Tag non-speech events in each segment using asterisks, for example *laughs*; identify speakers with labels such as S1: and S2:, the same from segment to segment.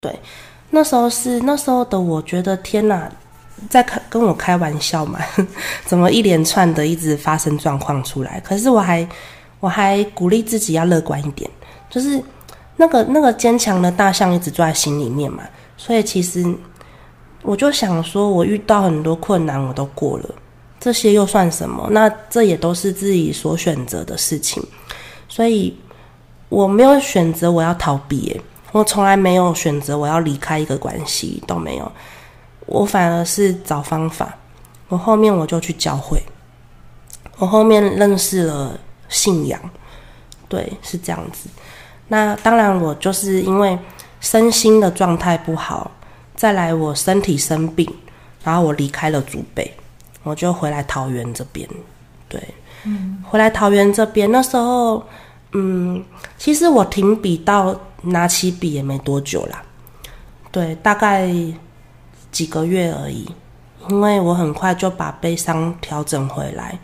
S1: 对，那时候是那时候的，我觉得天哪，在开跟我开玩笑嘛？ *laughs* 怎么一连串的一直发生状况出来？可是我还我还鼓励自己要乐观一点，就是那个那个坚强的大象一直住在心里面嘛，所以其实我就想说，我遇到很多困难我都过了，这些又算什么？那这也都是自己所选择的事情，所以我没有选择我要逃避、耶我从来没有选择我要离开一个关系，都没有。我反而是找方法，我后面我就去教会，我后面认识了信仰，对，是这样子。那当然，我就是因为身心的状态不好，再来我身体生病，然后我离开了祖辈，我就回来桃园这边，对，嗯，回来桃园这边那时候，嗯，其实我停笔到拿起笔也没多久啦，对，大概几个月而已，因为我很快就把悲伤调整回来。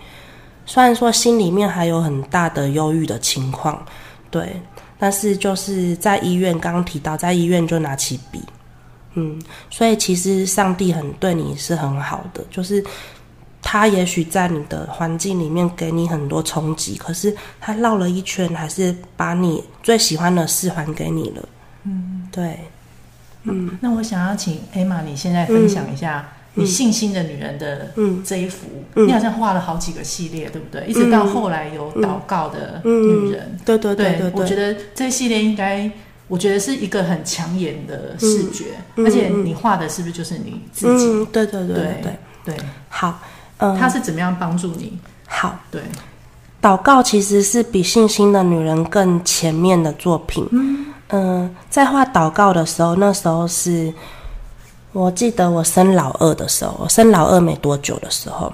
S1: 虽然说心里面还有很大的忧郁的情况，对，但是就是在医院刚刚提到，在医院就拿起笔，嗯，所以其实上帝很对你是很好的，就是他也许在你的环境里面给你很多冲击，可是他绕了一圈，还是把你最喜欢的事还给你了。嗯，对，
S2: 那我想要请艾玛，你现在分享一下你信心的女人的
S1: 嗯
S2: 这一幅，
S1: 嗯
S2: 你好像画了好几个系列，对不对？一直到后来有祷告的女人，
S1: 对对嗯对对
S2: 我觉
S1: 对，
S2: 得这系列应该，我觉得是一个很抢眼的视觉，而且你画的是不是就是你自己？
S1: 嗯，对对对对对，
S2: 对，
S1: 好，嗯，
S2: 他是怎么样帮助你？
S1: 好。
S2: 对，
S1: 祷告其实是比信心的女人更前面的作品。嗯、在画祷告的时候，那时候是我记得我生老二的时候，我生老二没多久的时候，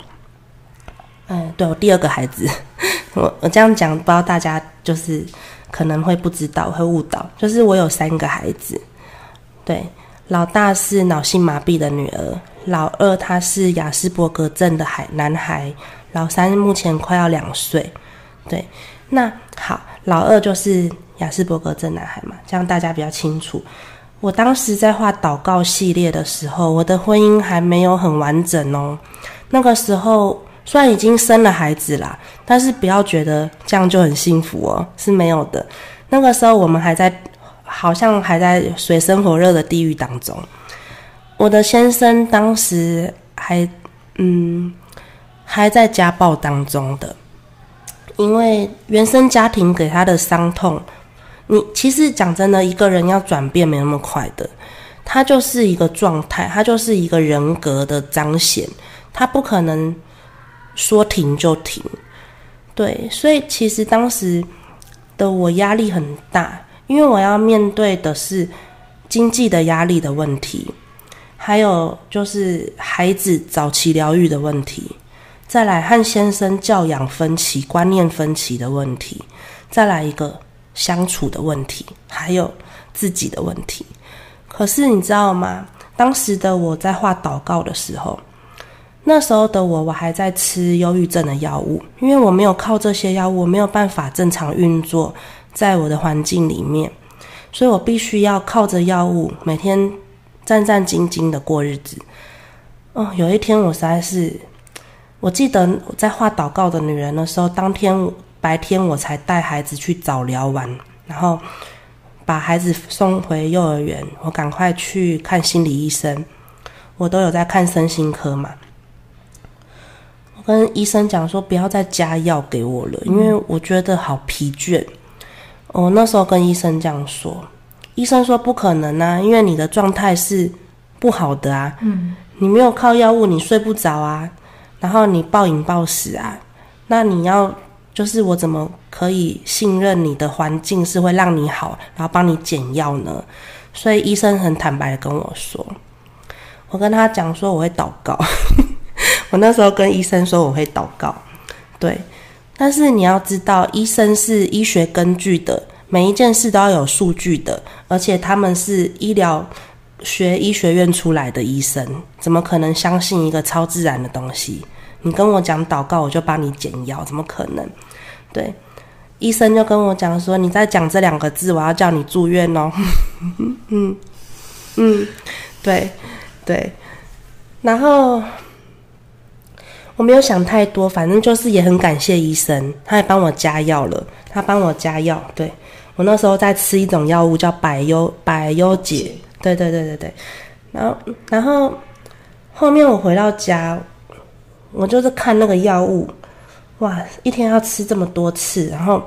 S1: 嗯，对我第二个孩子， *laughs* 我我这样讲，不知道大家就是可能会不知道，会误导，就是我有三个孩子，对，老大是脑性麻痹的女儿，老二他是雅斯伯格症的孩男孩，老三目前快要两岁。对，那好，老二就是雅斯伯格症男孩嘛，这样大家比较清楚。我当时在画祷告系列的时候，我的婚姻还没有很完整哦。那个时候虽然已经生了孩子啦，但是不要觉得这样就很幸福哦，是没有的。那个时候我们还在，好像还在水深火热的地狱当中。我的先生当时还，嗯，还在家暴当中的，因为原生家庭给他的伤痛，你其实讲真的，一个人要转变没那么快的，他就是一个状态，他就是一个人格的彰显，他不可能说停就停。对，所以其实当时的我压力很大，因为我要面对的是经济的压力的问题，还有就是孩子早期疗愈的问题，再来和先生教养分歧、观念分歧的问题，再来一个相处的问题，还有自己的问题。可是你知道吗？当时的我在画祷告的时候，那时候的我，我还在吃忧郁症的药物，因为我没有靠这些药物，我没有办法正常运作在我的环境里面，所以我必须要靠着药物每天战战兢兢的过日子。哦，有一天我实在是，我记得我在画祷告的女人的时候，当天我白天我才带孩子去早疗完，然后把孩子送回幼儿园，我赶快去看心理医生，我都有在看身心科嘛。我跟医生讲说不要再加药给我了，因为我觉得好疲倦。我那时候跟医生这样说，医生说不可能啊，因为你的状态是不好的啊，嗯，你没有靠药物，你睡不着啊，然后你暴饮暴食啊，那你要就是我怎么可以信任你的环境是会让你好，然后帮你减药呢？所以医生很坦白的跟我说，我跟他讲说我会祷告， *laughs* 我那时候跟医生说我会祷告，对，但是你要知道，医生是医学根据的，每一件事都要有数据的，而且他们是医疗学医学院出来的医生，怎么可能相信一个超自然的东西？你跟我讲祷告，我就帮你减药，怎么可能？对，医 *laughs* 嗯生就跟我讲说，你再讲这两个字，我要叫你住院哦。嗯，嗯，对对，然后我没有想太多，反正就是也很感谢医生，他也帮我加药了，他帮我加药。对我那时候在吃一种药物叫百优百优解，对对对对对。然后然后后面我回到家，我就是看那个药物，哇，一天要吃这么多次，然后。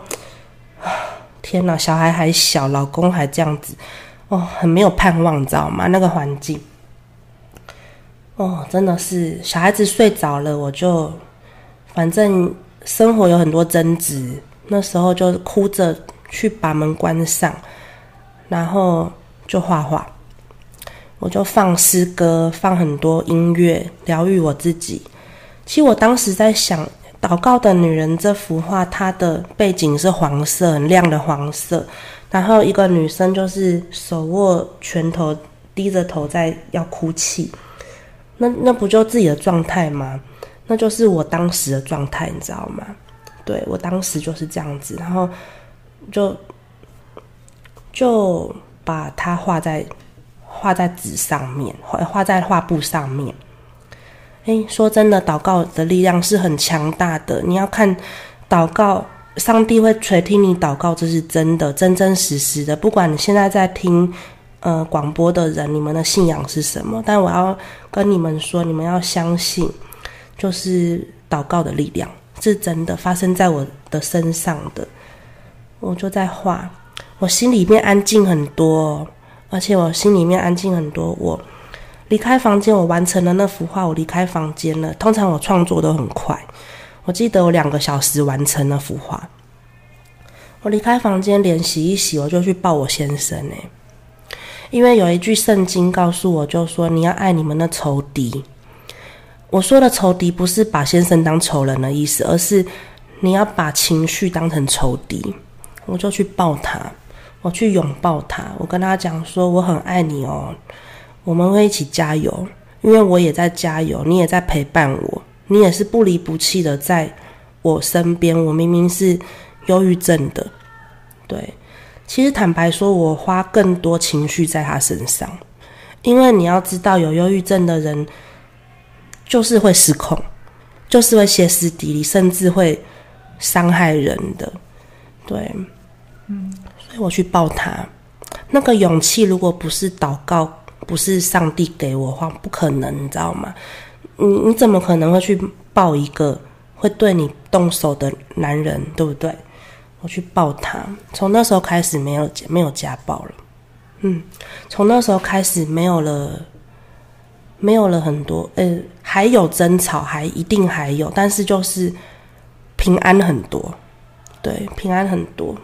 S1: 天呐，小孩还小，老公还这样子，哦，很没有盼望，你知道吗？那个环境，哦，真的是小孩子睡着了，我就反正生活有很多争执，那时候就哭着去把门关上，然后就画画，我就放诗歌，放很多音乐，疗愈我自己。其实我当时在想，《祷告的女人》这幅画，它的背景是黄色，很亮的黄色。然后一个女生就是手握拳头，低着头在要哭泣，那那不就自己的状态吗？那就是我当时的状态，你知道吗？对我当时就是这样子，然后就就把它画在画在纸上面，画画在画布上面。诶，说真的，祷告的力量是很强大的。你要看祷告，上帝会垂听你祷告，这是真的，真真实实的。不管你现在在听呃广播的人，你们的信仰是什么，但我要跟你们说，你们要相信，就是祷告的力量是真的，发生在我的身上的。我就在画，我心里面安静很多、哦，而且我心里面安静很多，我。离开房间，我完成了那幅画。我离开房间了。通常我创作都很快，我记得我两个小时完成那幅画。我离开房间，脸洗一洗，我就去抱我先生哎、因为有一句圣经告诉我，就说你要爱你们的仇敌。我说的仇敌不是把先生当仇人的意思，而是你要把情绪当成仇敌。我就去抱他，我去拥抱他，我跟他讲说我很爱你哦。我们会一起加油，因为我也在加油，你也在陪伴我，你也是不离不弃的在我身边。我明明是忧郁症的，对，其实坦白说，我花更多情绪在他身上，因为你要知道，有忧郁症的人就是会失控，就是会歇斯底里，甚至会伤害人的，对，嗯，所以我去抱他，那个勇气如果不是祷告。不是上帝给我的话，不可能，你知道吗？你你怎么可能会去抱一个会对你动手的男人，对不对？我去抱他，从那时候开始没有没有家暴了，嗯，从那时候开始没有了，没有了很多，呃，还有争吵，还一定还有，但是就是平安很多，对，平安很多。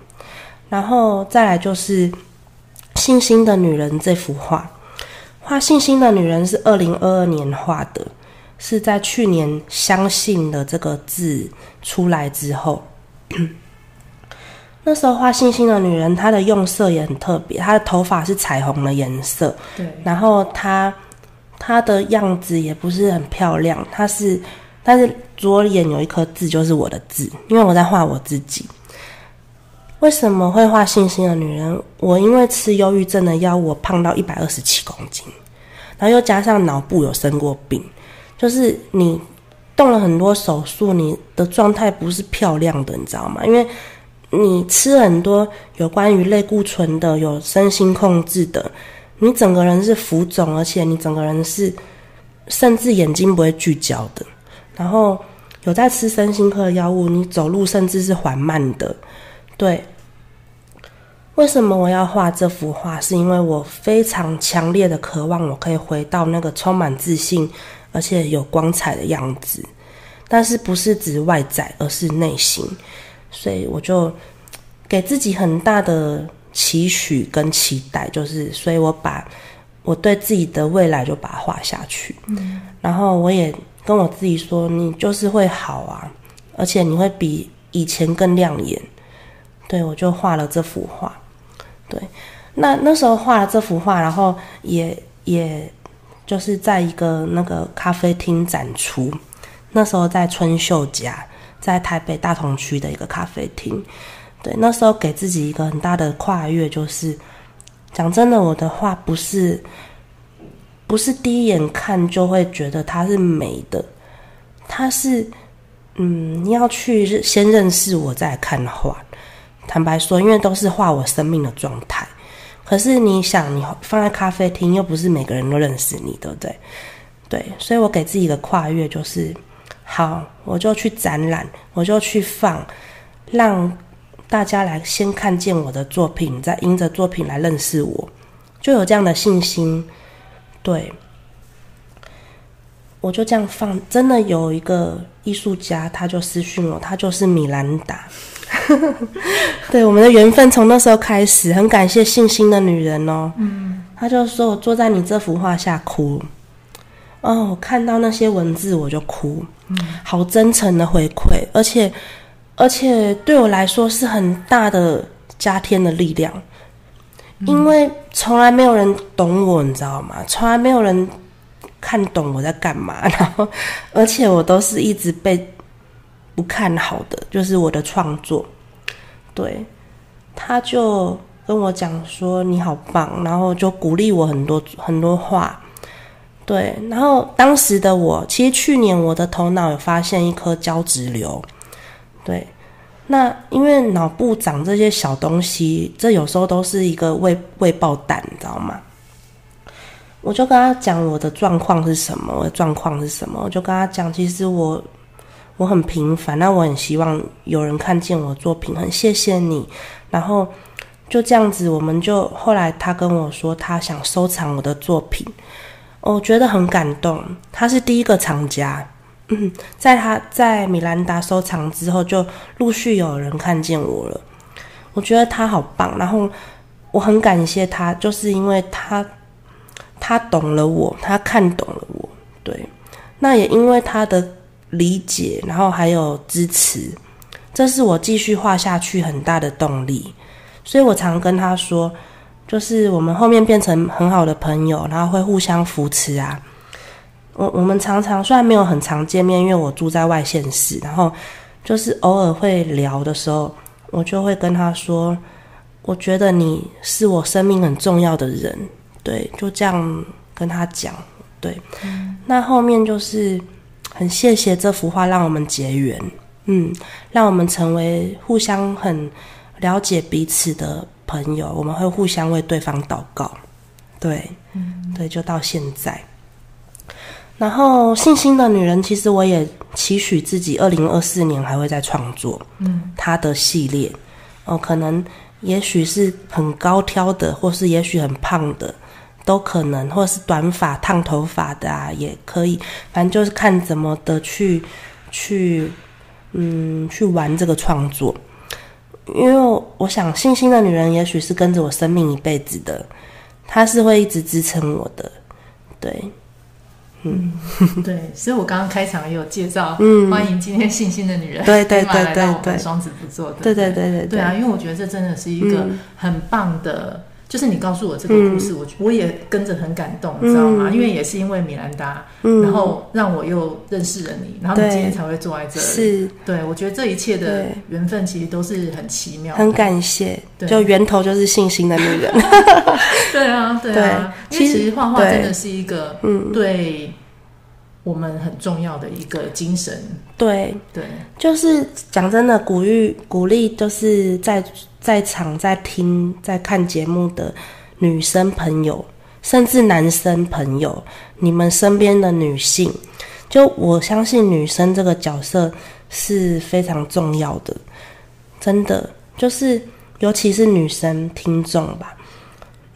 S1: 然后再来就是《信心的女人》这幅画，画《信心的女人》是二零二二年画的，是在去年“相信”的这个字出来之后。那时候画《信心的女人》，她的用色也很特别，她的头发是彩虹的颜色，
S2: 对，
S1: 然后她她的样子也不是很漂亮，她是但是左眼有一颗痣，就是我的痣，因为我在画我自己。为什么会画信心的女人？我因为吃忧郁症的药，我胖到一百二十七公斤，然后又加上脑部有生过病，就是你动了很多手术，你的状态不是漂亮的，你知道吗？因为你吃很多有关于类固醇的、有身心控制的，你整个人是浮肿，而且你整个人是甚至眼睛不会聚焦的。然后有在吃身心科的药物，你走路甚至是缓慢的。对，为什么我要画这幅画？是因为我非常强烈的渴望，我可以回到那个充满自信而且有光彩的样子，但是不是指外在，而是内心。所以我就给自己很大的期许跟期待，就是，所以我把我对自己的未来就把它画下去。嗯，然后我也跟我自己说，你就是会好啊，而且你会比以前更亮眼。对，我就画了这幅画。对，那那时候画了这幅画，然后也也就是在一个那个咖啡厅展出。那时候在春秀家，在台北大同区的一个咖啡厅。对，那时候给自己一个很大的跨越，就是讲真的，我的画不是不是第一眼看就会觉得它是美的，它是嗯，你要去先认识我再来看画。坦白说，因为都是画我生命的状态。可是你想，你放在咖啡厅，又不是每个人都认识你，对不对？对，所以我给自己的跨越就是，好，我就去展览，我就去放，让大家来先看见我的作品，再因着作品来认识我，就有这样的信心。对，我就这样放，真的有一个艺术家，他就私讯我，他就是米兰达。 *laughs* 对，我们的缘分从那时候开始，很感谢信心的女人哦。嗯，他就说我坐在你这幅画下哭，哦，我看到那些文字我就哭，好真诚的回馈，而且而且对我来说是很大的加添的力量，因为从来没有人懂我，你知道吗？从来没有人看懂我在干嘛， *laughs* 然后而且我都是一直被不看好的，就是我的创作，对，他就跟我讲说你好棒，然后就鼓励我很多很多话。对，然后当时的我，其实去年我的头脑有发现一颗胶质瘤，对，那因为脑部长这些小东西，这有时候都是一个未未爆弹，你知道吗？我就跟他讲我的状况是什么，我的状况是什么，我就跟他讲，其实我我很平凡，那我很希望有人看见我的作品，很谢谢你，然后就这样子，我们就后来他跟我说他想收藏我的作品。我哦觉得很感动，他是第一个藏家。嗯，在他在米兰达收藏之后，就陆续有人看见我了。我觉得他好棒，然后我很感谢他，就是因为他他懂了我，他看懂了我。对，那也因为他的理解，然后还有支持，这是我继续画下去很大的动力。所以我常跟他说，就是我们后面变成很好的朋友，然后会互相扶持啊。我我们常常虽然没有很常见面，因为我住在外县市，然后就是偶尔会聊的时候，我就会跟他说，我觉得你是我生命很重要的人，对，就这样跟他讲，对。那后面就是很谢谢这幅画让我们结缘，嗯，让我们成为互相很了解彼此的朋友，我们会互相为对方祷告，对，对，就到现在。然后，信心的女人，其实我也期许自己，二零二四年还会再创作，嗯，她的系列，哦，可能也许是很高挑的，或是也许很胖的，都可能，或者是短发、烫头发的啊，也可以，反正就是看怎么的去去，嗯，去玩这个创作。因为我想，信心的女人也许是跟着我生命一辈子的，她是会一直支撑我的，对。
S2: 对，所以我刚刚开场也有介绍，欢迎今天信心的女人，
S1: 嗯对对
S2: 立马来
S1: 对
S2: 到
S1: 对
S2: 我
S1: 对
S2: 们双子不做的，
S1: 对对
S2: 对
S1: 对对对嗯
S2: 对啊，因为我觉得这真的是一个很棒的，就是你告诉我这个故事，我我也跟着很感动，
S1: 嗯
S2: 你知道吗？因为也是因为米兰达，然后让我又认识了你，然后你
S1: 对
S2: 今天才会坐在这里，
S1: 是
S2: 对，我觉得这一切的
S1: 对
S2: 缘分其实都是很奇
S1: *laughs*
S2: 妙的，
S1: 很感谢，
S2: 对
S1: 就源头就是信心的女人。
S2: 对啊，对啊，
S1: 对
S2: 因
S1: 其
S2: 为
S1: 实
S2: 其实画画
S1: 对嗯
S2: 真的是一个对我们很重要的一个精神，
S1: 对，
S2: 对，
S1: 就是讲真的，鼓励鼓励，就是在在场、在听、在看节目的女生朋友，甚至男生朋友，你们身边的女性，就我相信女生这个角色是非常重要的，真的，就是尤其是女生听众吧。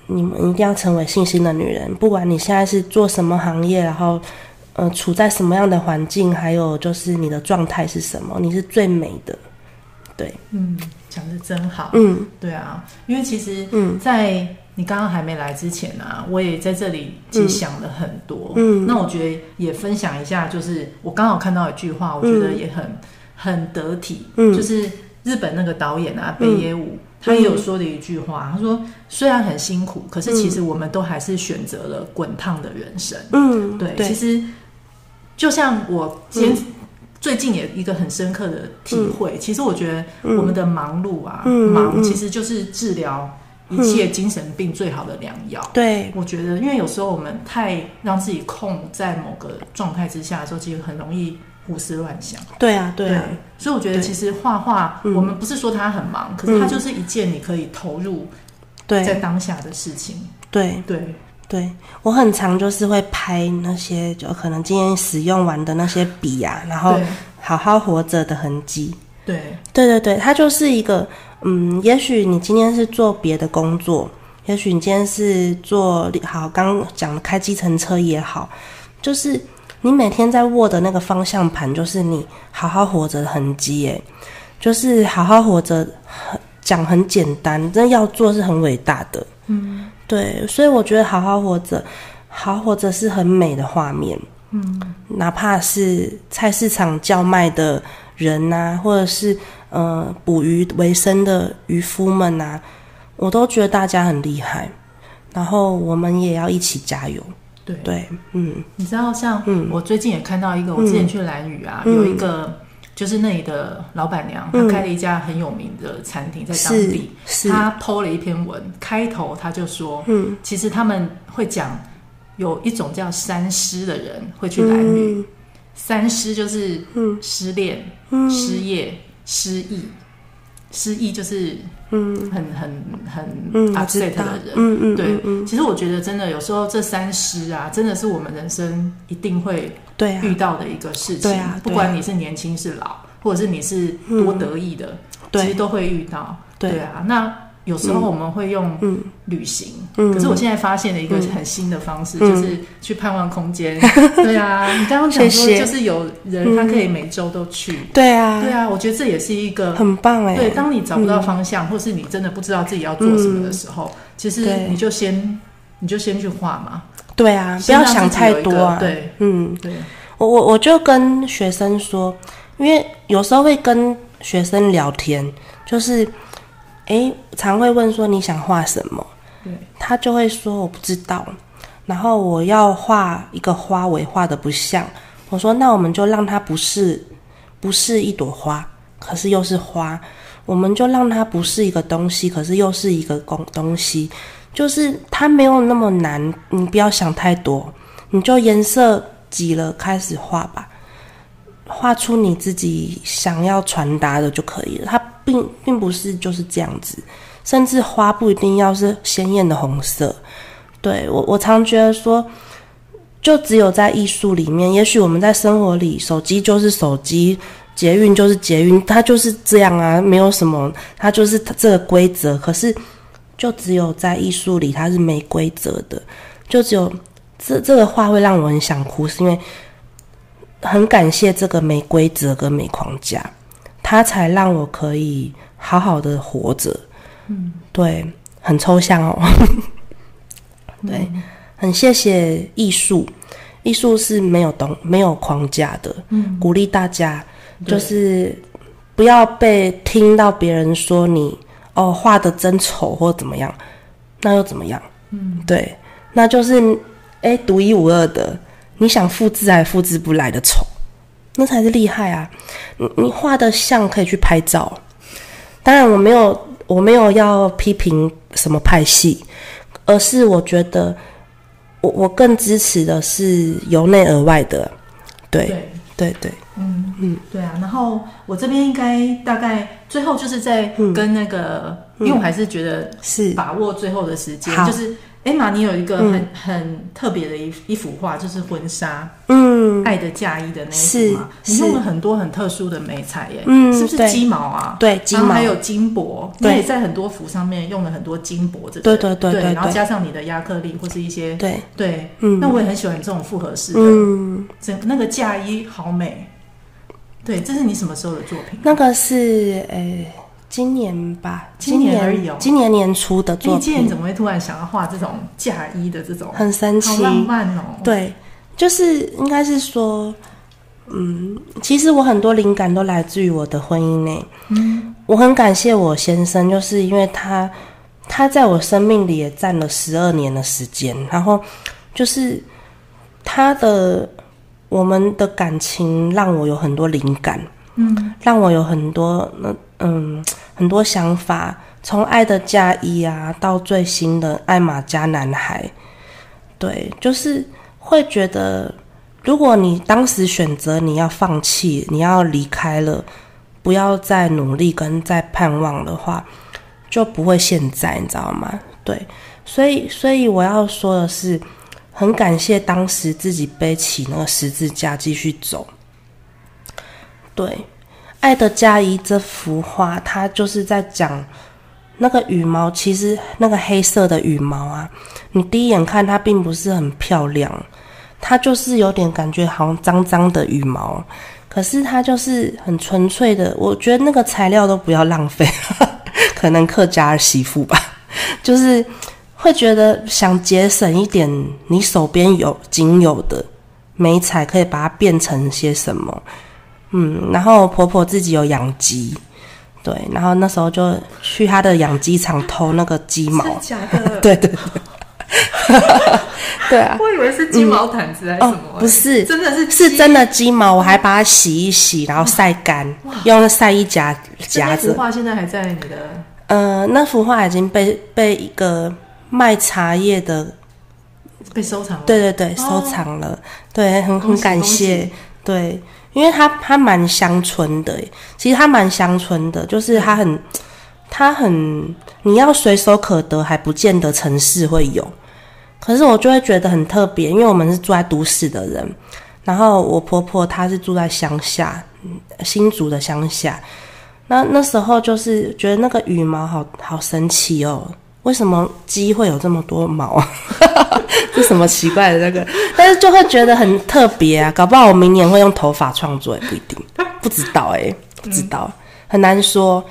S1: 你们一定要成为信心的女人，不管你现在是做什么行业，然后呃，处在什么样的环境，还有就是你的状态是什么，你是最美的。对，
S2: 嗯，讲的真好，
S1: 嗯，
S2: 对啊，因为其实，在你刚刚还没来之前啊，我也在这里其实想了很
S1: 哦
S2: 多，嗯，那我觉得也分享一下，就是我刚好看到一句话，我觉得也很、很得体，嗯，就是日本那个导演啊，北野武。他也有说的一句话，他说：“虽然很辛苦，可是其实我们都还是选择了滚烫的人生。”
S1: 嗯，
S2: 对，其
S1: 对，嗯
S2: 实就像我今天、最近也一个很深刻的体会，其实我觉得我们的忙碌啊，
S1: 嗯嗯
S2: 忙
S1: 嗯
S2: 其实就是治疗一切精神病最好的良药。
S1: 对，
S2: 我觉得，因为有时候我们太让自己控在某个状态之下的时候，其实很容易胡思乱想。
S1: 对啊，对啊，
S2: 所以我觉得
S1: 对
S2: 其实画画，
S1: 嗯
S2: 我们不是说它很忙，可是它就是一件你可以投入在
S1: 对
S2: 当下的事情。
S1: 对
S2: 对，
S1: 对，我很常就是会拍那些，就可能今天使用完的那些笔啊，然后
S2: 对，
S1: 好好活着的痕迹。
S2: 对，
S1: 对对对，它就是一个，嗯，也许你今天是做别的工作，也许你今天是做好刚讲的开计程车也好，就是你每天在握的那个方向盘，就是你好好活着的痕迹。哎，就是好好活着，很讲很简单，真要做是很伟大的。
S2: 嗯
S1: 对，所以我觉得好好活着，好好活着是很美的画面。
S2: 嗯，
S1: 哪怕是菜市场叫卖的人呐、或者是呃捕鱼为生的渔夫们呐、我都觉得大家很厉害。然后我们也要一起加油。
S2: 对。
S1: 对，嗯，嗯
S2: 你知道，像我最近也看到一个，我之前去兰屿啊，有一个就是那里的老板娘，她开了一家很有名的餐厅，在当
S1: 是
S2: 地。
S1: 嗯是，
S2: 她 PO 了一篇文，开头她就说，
S1: 嗯
S2: 其实他们会讲有一种叫三失的人会去兰屿，
S1: 嗯
S2: 三失就是
S1: 嗯
S2: 失恋、
S1: 嗯
S2: 失业、失忆。失忆就是
S1: 嗯
S2: 很很很
S1: 嗯，我知
S2: upset
S1: 道
S2: 的人，，
S1: 嗯嗯，
S2: 对
S1: 嗯嗯，
S2: 其实我觉得真的有时候这三失啊，真的是我们人生一定会
S1: 对啊，
S2: 遇到的一个事情。
S1: 对啊对啊
S2: 不管你是年轻是老，或者是你是多得意的，其实
S1: 嗯对
S2: 都会遇到。
S1: 对
S2: 啊，那有时候我们会用
S1: 嗯
S2: 旅行，
S1: 嗯
S2: 可是我现在发现了一个很新的方式，就是去盼望
S1: *laughs*
S2: 空间。对啊，你刚刚讲说
S1: 谢谢
S2: 就是有人他可以每周都去，
S1: 对啊，
S2: 对啊，我觉得这也是一个
S1: 很嗯棒哎、
S2: 对，当你找不到方向，或是你真的不知道自己要做什么的时候，其实
S1: 嗯对
S2: 你就先你就先去画嘛，
S1: 对啊，不
S2: 先
S1: 要
S2: 让
S1: 想
S2: 自己有
S1: 太
S2: 一个
S1: 多啊。，
S2: 对
S1: 嗯，
S2: 对，
S1: 我我我就跟学生说，因为有时候会跟学生聊天，就是，诶，常会问说你想画什么，
S2: 对，
S1: 他就会说我不知道，然后我要画一个花，我也画的不像，我说那我们就让它不是不是一朵花，可是又是花，我们就让它不是一个东西，可是又是一个东东西，就是它没有那么难，你不要想太多，你就颜色挤了开始画吧，画出你自己想要传达的就可以了。它并并不是就是这样子，甚至花不一定要是鲜艳的红色。对我，我常觉得说，就只有在艺术里面，也许我们在生活里，手机就是手机，捷运就是捷运，它就是这样啊，没有什么，它就是这个规则。可是，就只有在艺术里，它是没规则的，就只有这这个话会让我很想哭，是因为很感谢这个没规则跟没框架，它才让我可以好好的活着。嗯，对，很抽象哦。 *laughs* 对，
S2: 嗯
S1: 很谢谢艺术，艺术是没有东没有框架的。
S2: 嗯，
S1: 鼓励大家
S2: 对
S1: 就是不要被听到别人说你哦画的真丑或怎么样，那又怎么样？
S2: 嗯，
S1: 对，那就是哎独一无二的，你想复制还复制不来的丑，那才是厉害啊！你你画的像可以去拍照，当然我没有我没有要批评什么派系，而是我觉得我我更支持的是由内而外的，对
S2: 对。
S1: 对对。
S2: 嗯嗯，对啊。然后我这边应该大概最后就是在
S1: 嗯
S2: 跟那个，因为我还是觉得
S1: 是
S2: 把握最后的时间，
S1: 嗯好
S2: 就是艾玛，你有一个很、很特别的一一幅画，就是婚纱
S1: 嗯
S2: 《爱的嫁衣》的那一幅嘛，
S1: 是
S2: 你
S1: 是
S2: 用了很多很特殊的美材耶，
S1: 嗯
S2: 是不是
S1: 对
S2: 鸡毛啊？
S1: 对鸡
S2: 然后
S1: 毛
S2: 还有金箔，你
S1: 对
S2: 也在很多幅上面用了很多金箔，这
S1: 对对对
S2: 对
S1: 对
S2: 然后
S1: 对
S2: 加上你的亚克力或是一些
S1: 对，
S2: 对，
S1: 嗯
S2: 那我也很喜欢这种复合式的，
S1: 嗯，
S2: 整那个嫁衣好美。对，这是你什么时候的作品？
S1: 那个是呃、今年吧，
S2: 今年而已哦
S1: 今年年初的
S2: 哎
S1: 作
S2: 你今年
S1: 品，
S2: 怎么会突然想要画这种嫁衣的这种，
S1: 很神
S2: 好
S1: 奇，
S2: 浪漫哦。，
S1: 对，就是应该是说，嗯，其实我很多灵感都来自于我的婚姻内，
S2: 嗯，
S1: 我很感谢我先生，就是因为他他在我生命里也占了十二年的时间，然后就是他的我们的感情让我有很多灵感，呃
S2: 嗯，
S1: 让我有很多嗯嗯很多想法，从《爱的嫁衣》啊，到最新的《爱玛加男孩》，对，就是会觉得，如果你当时选择你要放弃，你要离开了，不要再努力跟再盼望的话，就不会现在，你知道吗？对，所以，所以我要说的是，很感谢当时自己背起那个十字架继续走。对，《爱的嫁衣》这幅画，它就是在讲那个羽毛，其实那个黑色的羽毛啊，你第一眼看它并不是很漂亮，它就是有点感觉好像脏脏的羽毛，可是它就是很纯粹的。我觉得那个材料都不要浪费， *laughs* 可能客家儿媳妇吧，就是会觉得想节省一点你手边有仅有的美彩，可以把它变成些什么。嗯，然后婆婆自己有养鸡，对，然后那时候就去她的养鸡场偷那个鸡毛，
S2: 假的
S1: 对对对，对啊，
S2: *laughs* 我以为是鸡毛毯子还是什么、
S1: 哦，不是，
S2: 真的是
S1: 是
S2: 鸡
S1: 真的鸡毛，我还把它洗一洗，然后晒干，用那晒衣夹夹
S2: 那幅
S1: 着。
S2: 画现在还在你的
S1: 呃，那幅画已经被被一个卖茶叶的
S2: 被收藏了。
S1: 对对对，收
S2: 哦
S1: 藏了，对，很
S2: 恭
S1: 很
S2: 喜
S1: 感
S2: 恭
S1: 谢，对，因为他他蛮乡村的耶，其实他蛮乡村的，就是他很他很，你要随手可得，还不见得城市会有，可是我就会觉得很特别，因为我们是住在都市的人，然后我婆婆她是住在乡下，嗯新竹的乡下，那那时候就是觉得那个羽毛好好神奇哦。为什么鸡会有这么多毛啊？ *laughs* 是什么奇怪的那个？但是就会觉得很特别啊，搞不好我明年会用头发创作也不一定，不知道哎、不知道，很难说。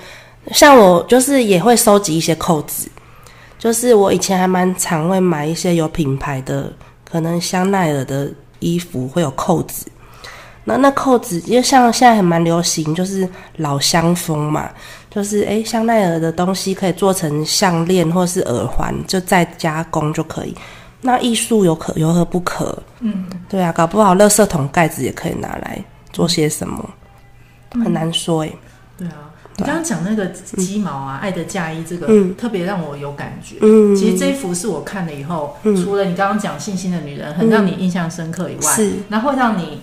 S1: 像我就是也会收集一些扣子，就是我以前还蛮常会买一些有品牌的，可能香奈儿的衣服会有扣子。那那扣子，因为像现在还蛮流行，就是老香风嘛，就是诶香奈儿的东西可以做成项链或是耳环，就再加工就可以。那艺术有可有何不可？
S2: 嗯，
S1: 对啊，搞不好垃圾桶盖子也可以拿来做些什么，
S2: 嗯
S1: 很难说诶、欸
S2: 对啊。你刚刚讲那个鸡毛啊，爱的嫁衣这个、特别让我有感觉。
S1: 嗯
S2: 其实这一幅是我看了以后，除了你刚刚讲信心的女人很让你印象深刻以外，
S1: 嗯是
S2: 然后让你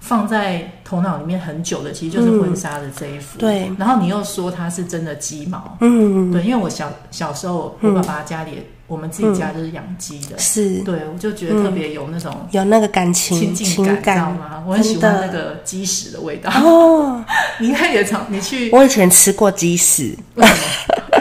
S2: 放在头脑里面很久的，其实就是婚纱的这一幅。
S1: 嗯对，
S2: 然后你又说它是真的鸡毛，
S1: 嗯，
S2: 对，因为我小小时候，我爸爸家里、我们自己家就是养鸡的，
S1: 嗯是
S2: 对，我就觉得特别有那种
S1: 有那个感情
S2: 亲近感，
S1: 情
S2: 你知道
S1: 嗯感
S2: 吗？我很喜欢
S1: 真的
S2: 那个鸡屎的味道。
S1: 哦。
S2: *laughs* 你应该也常你去
S1: 我以前吃过鸡屎，
S2: 为什么？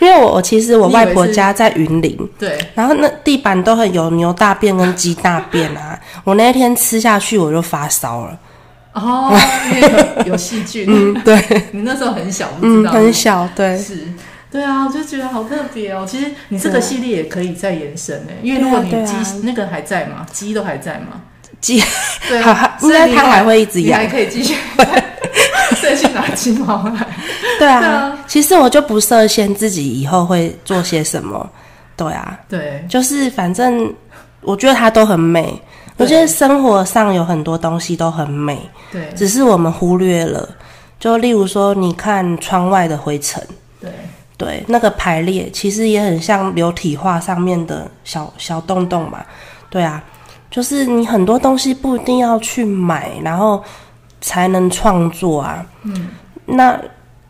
S1: 因为我我其实我
S2: 你以为
S1: 外婆家在云林，
S2: 对，
S1: 然后那地板都很有牛大便跟鸡大便
S2: *laughs*
S1: 啊。我那天吃下去我就发烧了， *laughs*
S2: 哦，因为有有细菌。
S1: 嗯，对，
S2: 你那时候很小，不
S1: 嗯，
S2: 知道。
S1: 很小，对，
S2: 是，对啊，我就觉得好特别哦。其实你这个系列也可以再延伸呢，因为
S1: 啊对啊
S2: 如果你
S1: 对啊
S2: 鸡那个还在嘛，鸡都还在嘛，
S1: 鸡 *laughs*
S2: 对
S1: 好
S2: 啊
S1: 还，
S2: 所以
S1: 应该
S2: 你
S1: 它还会一直
S2: 你
S1: 养
S2: 还可
S1: *laughs*
S2: 以继续再去拿鸡毛来。
S1: 对
S2: 对
S1: 啊
S2: 啊，
S1: 其实我就不设限自己以后会做些什么，对啊，
S2: 对，
S1: 就是反正我觉得它都很美，我
S2: 对
S1: 觉得生活上有很多东西都很美，
S2: 对，
S1: 只是我们忽略了。就例如说，你看窗外的灰尘，
S2: 对，
S1: 对那个排列，其实也很像流体画上面的小小洞洞嘛，对啊，就是你很多东西不一定要去买，然后才能创作啊。
S2: 嗯，
S1: 那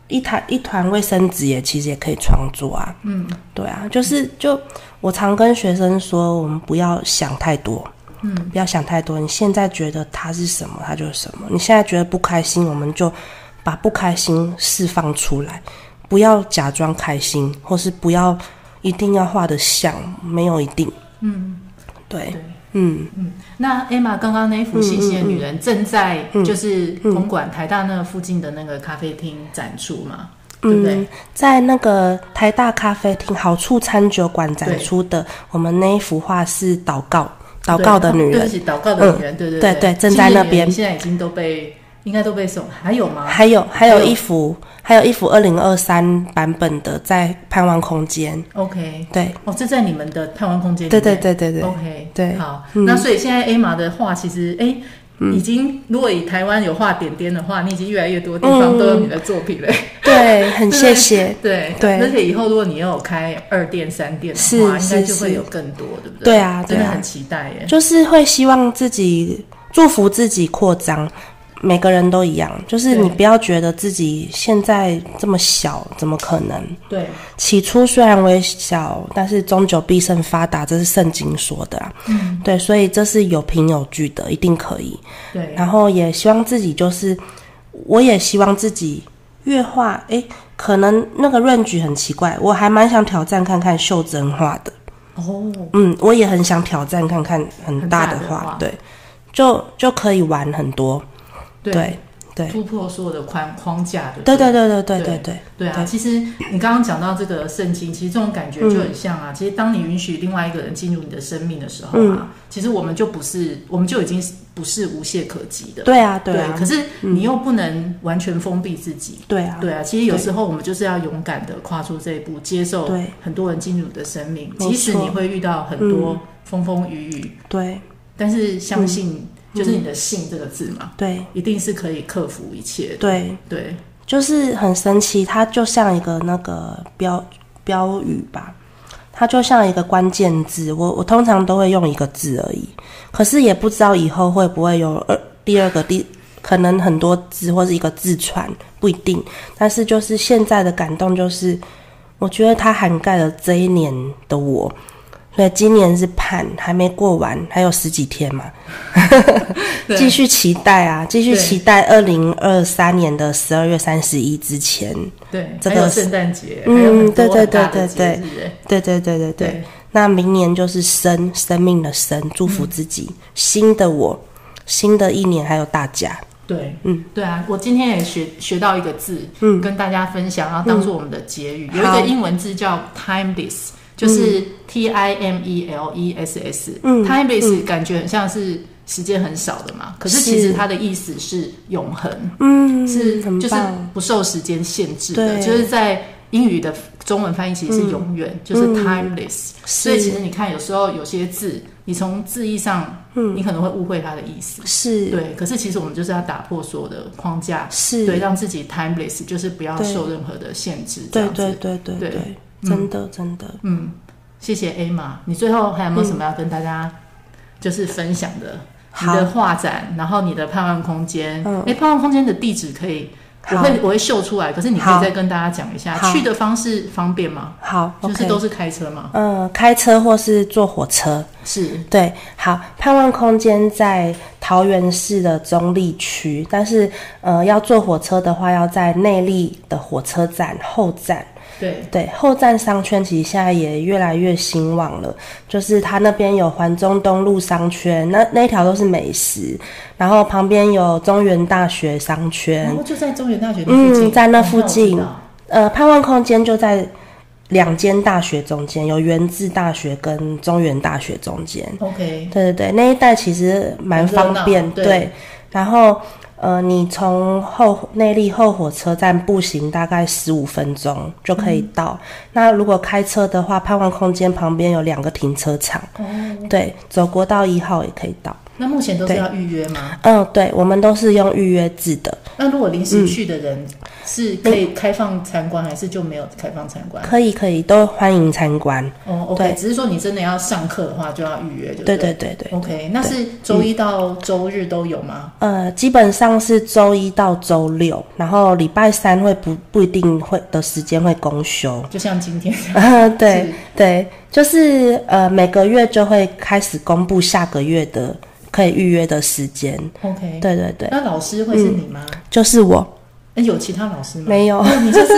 S1: 一团一团卫生纸也其实也可以创作啊。
S2: 嗯，
S1: 对啊，就是就我常跟学生说，我们不要想太多，
S2: 嗯，
S1: 不要想太多。你现在觉得它是什么，它就是什么。你现在觉得不开心，我们就把不开心释放出来，不要假装开心，或是不要一定要画的像，没有一定。
S2: 嗯，
S1: 对
S2: 对，
S1: 嗯，
S2: 那 Emma 刚刚那幅信息的女人正在就是
S1: 嗯
S2: 公馆台大那个附近的那个咖啡厅展出嘛，
S1: 嗯
S2: 对不对？
S1: 在那个台大咖啡厅好处餐酒馆展出的，我们那一幅画是祷告，祷告的女
S2: 对不
S1: 人，嗯
S2: 起，祷告的女人，对对
S1: 对对正在那边
S2: 信息的女人现在已经都被应该都被送，还有吗？
S1: 还有还
S2: 还
S1: 有
S2: 有
S1: 一幅，还有一幅二零二三版本的在盼望空间，
S2: OK，
S1: 对
S2: 哦，这在你们的探望空间里
S1: 对哦
S2: 面，
S1: 对对对对
S2: OK，
S1: 对
S2: 好，
S1: 嗯
S2: 那所以现在 Emma 的画其实，哎，已经，如果以台湾有画点点的话，你已经越来越多地方都有你的作品嘞。
S1: *laughs* 对，嗯很谢谢。
S2: *laughs* 对
S1: 对
S2: 而且以后如果你又有开二店、三店的
S1: 是
S2: 话，应该
S1: 是
S2: 就是会有更多，对不对？
S1: 对啊
S2: 真
S1: 对
S2: 的
S1: 啊
S2: 很期待耶。
S1: 就是会希望自己祝福自己扩张。每个人都一样，就是
S2: 对
S1: 你不要觉得自己现在这么小，怎么可能？
S2: 对，
S1: 起初虽然微小，但是终究必胜发达，这是圣经说的啊。嗯，对，所以这是有凭有据的，一定可以。
S2: 对，
S1: 然后也希望自己就是，我也希望自己越画，诶，可能那个 range 很奇怪，我还蛮想挑战看看袖珍画的。
S2: 哦，
S1: 嗯，我也很想挑战看看很大的
S2: 很大
S1: 画，
S2: 的画
S1: 对，就就可以玩很多，
S2: 对，
S1: 对，对，
S2: 突破所有的框框架，对不
S1: 对对对对对对
S2: 对
S1: 对，嗯
S2: 对啊，其实你刚刚讲到这个圣经，其实这种感觉就很像啊。其实当你允许另外一个人进入你的生命的时候
S1: 嗯
S2: 啊，其实我们就不是，我们就已经是不是无懈可击的。
S1: 对啊对啊
S2: 可是你又不能完全封闭自己。
S1: 对啊，
S2: 对啊，其实有时候我们就是要勇敢的跨出这一步，接受
S1: 对
S2: 很多人进入你的生命，
S1: 没错嗯
S2: 即使你会遇到很多风风雨雨，
S1: 对
S2: 但是相
S1: 嗯
S2: 信就是你的信这个字嘛，
S1: 对
S2: 一定是可以克服一切的。
S1: 对，
S2: 对
S1: 就是很神奇，它就像一个那个标标语吧。它就像一个关键字，我我通常都会用一个字而已，可是也不知道以后会不会有二第二个第，可能很多字或是一个字串不一定，但是就是现在的感动就是，我觉得它涵盖了这一年的我，所以今年是盼还没过完，还有十几天嘛，
S2: *laughs* 对
S1: 继续期待啊，继续
S2: 对
S1: 期待二零二三年的十二月三十一之前，
S2: 对，
S1: 这
S2: 还
S1: 个
S2: 有
S1: 是
S2: 圣诞节，
S1: 嗯
S2: 还有很
S1: 对
S2: 多
S1: 对
S2: 很大
S1: 对对
S2: 的节日，哎
S1: 对对对对对。
S2: 对
S1: 那明年就是生生命的生，祝福自己、
S2: 嗯
S1: 新的我，新的一年还有大家。
S2: 对，
S1: 嗯
S2: 嗯，对啊，我今天也学学到一个字，嗯，跟大家分享，然后当做我们的结语。有
S1: 嗯
S2: 一
S1: 好嗯
S2: 个英文字叫 timeless，就是 T I M E L E S S，嗯，timeless 感觉很像是时间很少的嘛，可是其
S1: 是
S2: 实它的意思是永恒，
S1: 嗯，
S2: 是
S1: 很
S2: 就是
S1: 棒。
S2: 不受时间限制的，
S1: 对嗯
S2: 就是在英语的中文翻译其实是永远，就是 timeless。所以其
S1: 是
S2: 实你看，有时候有些字，你从字义上，你可能会误会它的意思。
S1: 嗯是
S2: 对，可是其实我们就是要打破所有的框架，
S1: 是，
S2: 对，让自己 timeless，就是不要
S1: 对
S2: 受任何的限制。这
S1: 对
S2: 样子
S1: 对，对对
S2: 对
S1: 对，真的真的。
S2: 嗯，谢谢 A 嘛，你最后还有没有什么要跟大家就是分享的？你
S1: 嗯好嗯
S2: 的画展，然后你的盼望空间，哎、盼望空间的地址可以，我
S1: 好
S2: 会我会秀出来，可是你可
S1: 好
S2: 以再跟大家讲一下，
S1: 好
S2: 去的方式方便吗？
S1: 好
S2: 就
S1: ，OK，
S2: 是都是开车吗？
S1: 嗯，开车或是坐火车。
S2: 是，
S1: 对，好，盼望空间在桃园市的中立区，但是呃，要坐火车的话，要在内坜的火车站后站。
S2: 对，
S1: 对，后站商圈其实现在也越来越兴旺了，就是它那边有环中东路商圈，那那一条都是美食，然后旁边有中原大学商圈，
S2: 然后就在中原大学的附近，
S1: 嗯在那
S2: 哦
S1: 附近
S2: 我知道
S1: 呃，盼望空间就在两间大学中间，有源自大学跟中原大学中间。
S2: OK，
S1: 对对对，那一带其实蛮方便，
S2: 很热闹对
S1: 然后呃，你从后内坜后火车站步行大概十五分钟就可以
S2: 嗯
S1: 到。那如果开车的话，盼望空间旁边有两个停车场，
S2: 哦，
S1: 对，走国道一号也可以到。
S2: 那目前都是
S1: 对
S2: 要预约吗？
S1: 嗯，对，我们都是用预约制的，
S2: 那如果临时去的人是可以开放参观，还是就没有开放参观？
S1: 可以可以，都欢迎参观。
S2: 哦
S1: 嗯对
S2: ，OK，只是说你真的要上课的话，就要预约，就
S1: 对
S2: 对
S1: 对对对，
S2: OK，那是周一到周日都有吗？
S1: 呃，基本上是周一到周六，然后礼拜三会不不一定会的时间会公休。 *laughs*
S2: 就像今天这样，
S1: 啊，对对，就是呃，每个月就会开始公布下个月的可以预约的时间。
S2: ，OK。
S1: 对对对，嗯
S2: 那老师会是你吗？
S1: 就是我
S2: 那有其他老师
S1: *laughs*
S2: 吗？
S1: 没有，
S2: 哦，你就是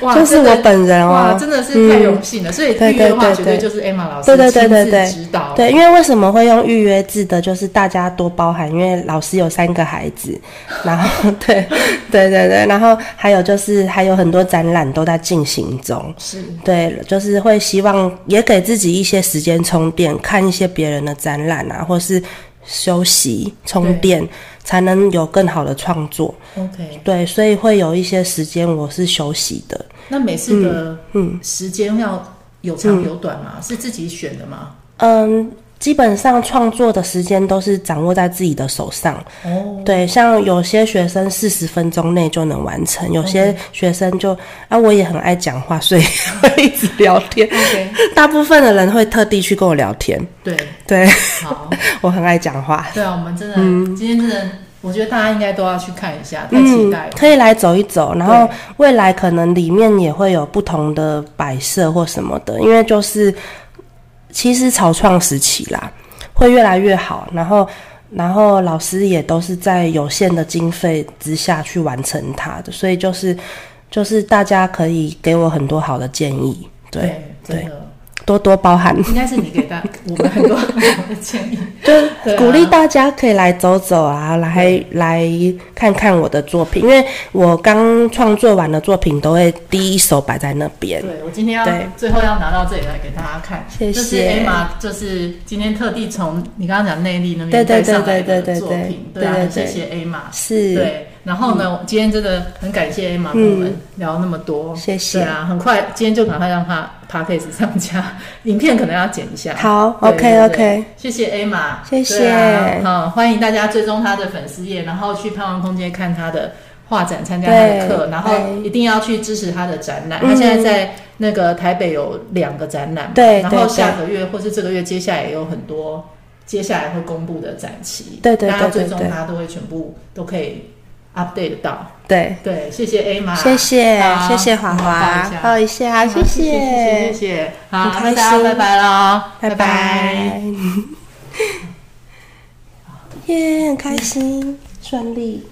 S2: 哇，
S1: *laughs* 就是
S2: 真的
S1: 我本人
S2: 哇，
S1: 哦。
S2: 真的是太荣幸了。所以
S1: 对
S2: 预约的话，
S1: 对对
S2: 绝对就是 Emma 老师
S1: 对对对对
S2: 亲
S1: 对
S2: 自指导。
S1: 对，因为为什么会用预约制的，就是大家多包涵，因为老师有三个孩 *laughs* 子，然后对对对对，然后还有就是还有很多展览都在进行中。
S2: 是
S1: 对，就是会希望也给自己一些时间充电，看一些别人的展览啊，或是休息充电，才能有更好的创作。
S2: OK。
S1: 对，所以会有一些时间我是休息的。
S2: 那每次
S1: 嗯
S2: 的时间要有长有短吗？是自己选的吗？
S1: 嗯，基本上创作的时间都是掌握在自己的手上。
S2: 哦，
S1: 对，像有些学生四十分钟内就能完成，有些学生就啊，我也很爱讲话，所以会一直聊天。
S2: OK，
S1: 大部分的人会特地去跟我聊天，
S2: 对，
S1: 对
S2: 好，
S1: 我很爱讲话。
S2: 对啊，我们真的、今天真的，我觉得大家应该都要去看一下，太期
S1: 嗯
S2: 待，了。哦
S1: 可以来走一走，然后
S2: 对
S1: 未来可能里面也会有不同的摆设或什么的，因为就是其实草创时期啦，会越来越好，然后然后老师也都是在有限的经费之下去完成它的，所以就是就是大家可以给我很多好的建议，对，对
S2: 真的，
S1: 多多包涵，
S2: 应该是你给
S1: *laughs*
S2: 大我们很多很好的建议。
S1: 就是
S2: 对啊
S1: 鼓励大家可以来走走啊，来来看看我的作品，因为我刚创作完的作品都会第一手摆在那边。
S2: 对我今天要
S1: 对
S2: 最后要拿到这里来给大家看，
S1: 谢谢
S2: 这是 Emma，就是今天特地从你刚刚讲内力那
S1: 对
S2: 边
S1: 对
S2: 带上来
S1: 对对
S2: 的
S1: 对对
S2: 作品，
S1: 对
S2: 对啊，
S1: 对
S2: 很
S1: 对
S2: 谢谢 Emma。
S1: 是，嗯
S2: 对，然后呢，今天真的很感谢 Emma 跟我们聊那么多，
S1: 谢谢
S2: 对啊，很快今天就赶快让她 podcast 上架， *laughs* 影片可能要剪一下。
S1: 好
S2: 对
S1: ，OK
S2: 对对
S1: OK，
S2: 谢谢 Emma，
S1: 谢谢
S2: 对啊好，欢迎大家追踪她的粉丝页，然后去盼望空间看她的画展，参加她的课，
S1: 对
S2: 然后
S1: 对
S2: 一定要去支持她的展览。
S1: 嗯
S2: 她现在在那个台北有两个展览嘛，
S1: 对
S2: 然后
S1: 对对
S2: 下个月或是这个月接下来也有很多接下来会公布的展期，
S1: 对对对
S2: 大家追踪
S1: 对对
S2: 她都会全部都可以 update 得到。
S1: 对，
S2: 对，谢谢 A 玛，
S1: 谢谢
S2: 好
S1: 谢谢华
S2: 我们
S1: 华
S2: 抱一，下
S1: 抱一下，谢
S2: 谢谢谢
S1: 谢，
S2: 谢，好，
S1: 很开
S2: 那大家
S1: 心
S2: 拜拜喽，
S1: 拜拜， *laughs* 耶，很开心，顺利。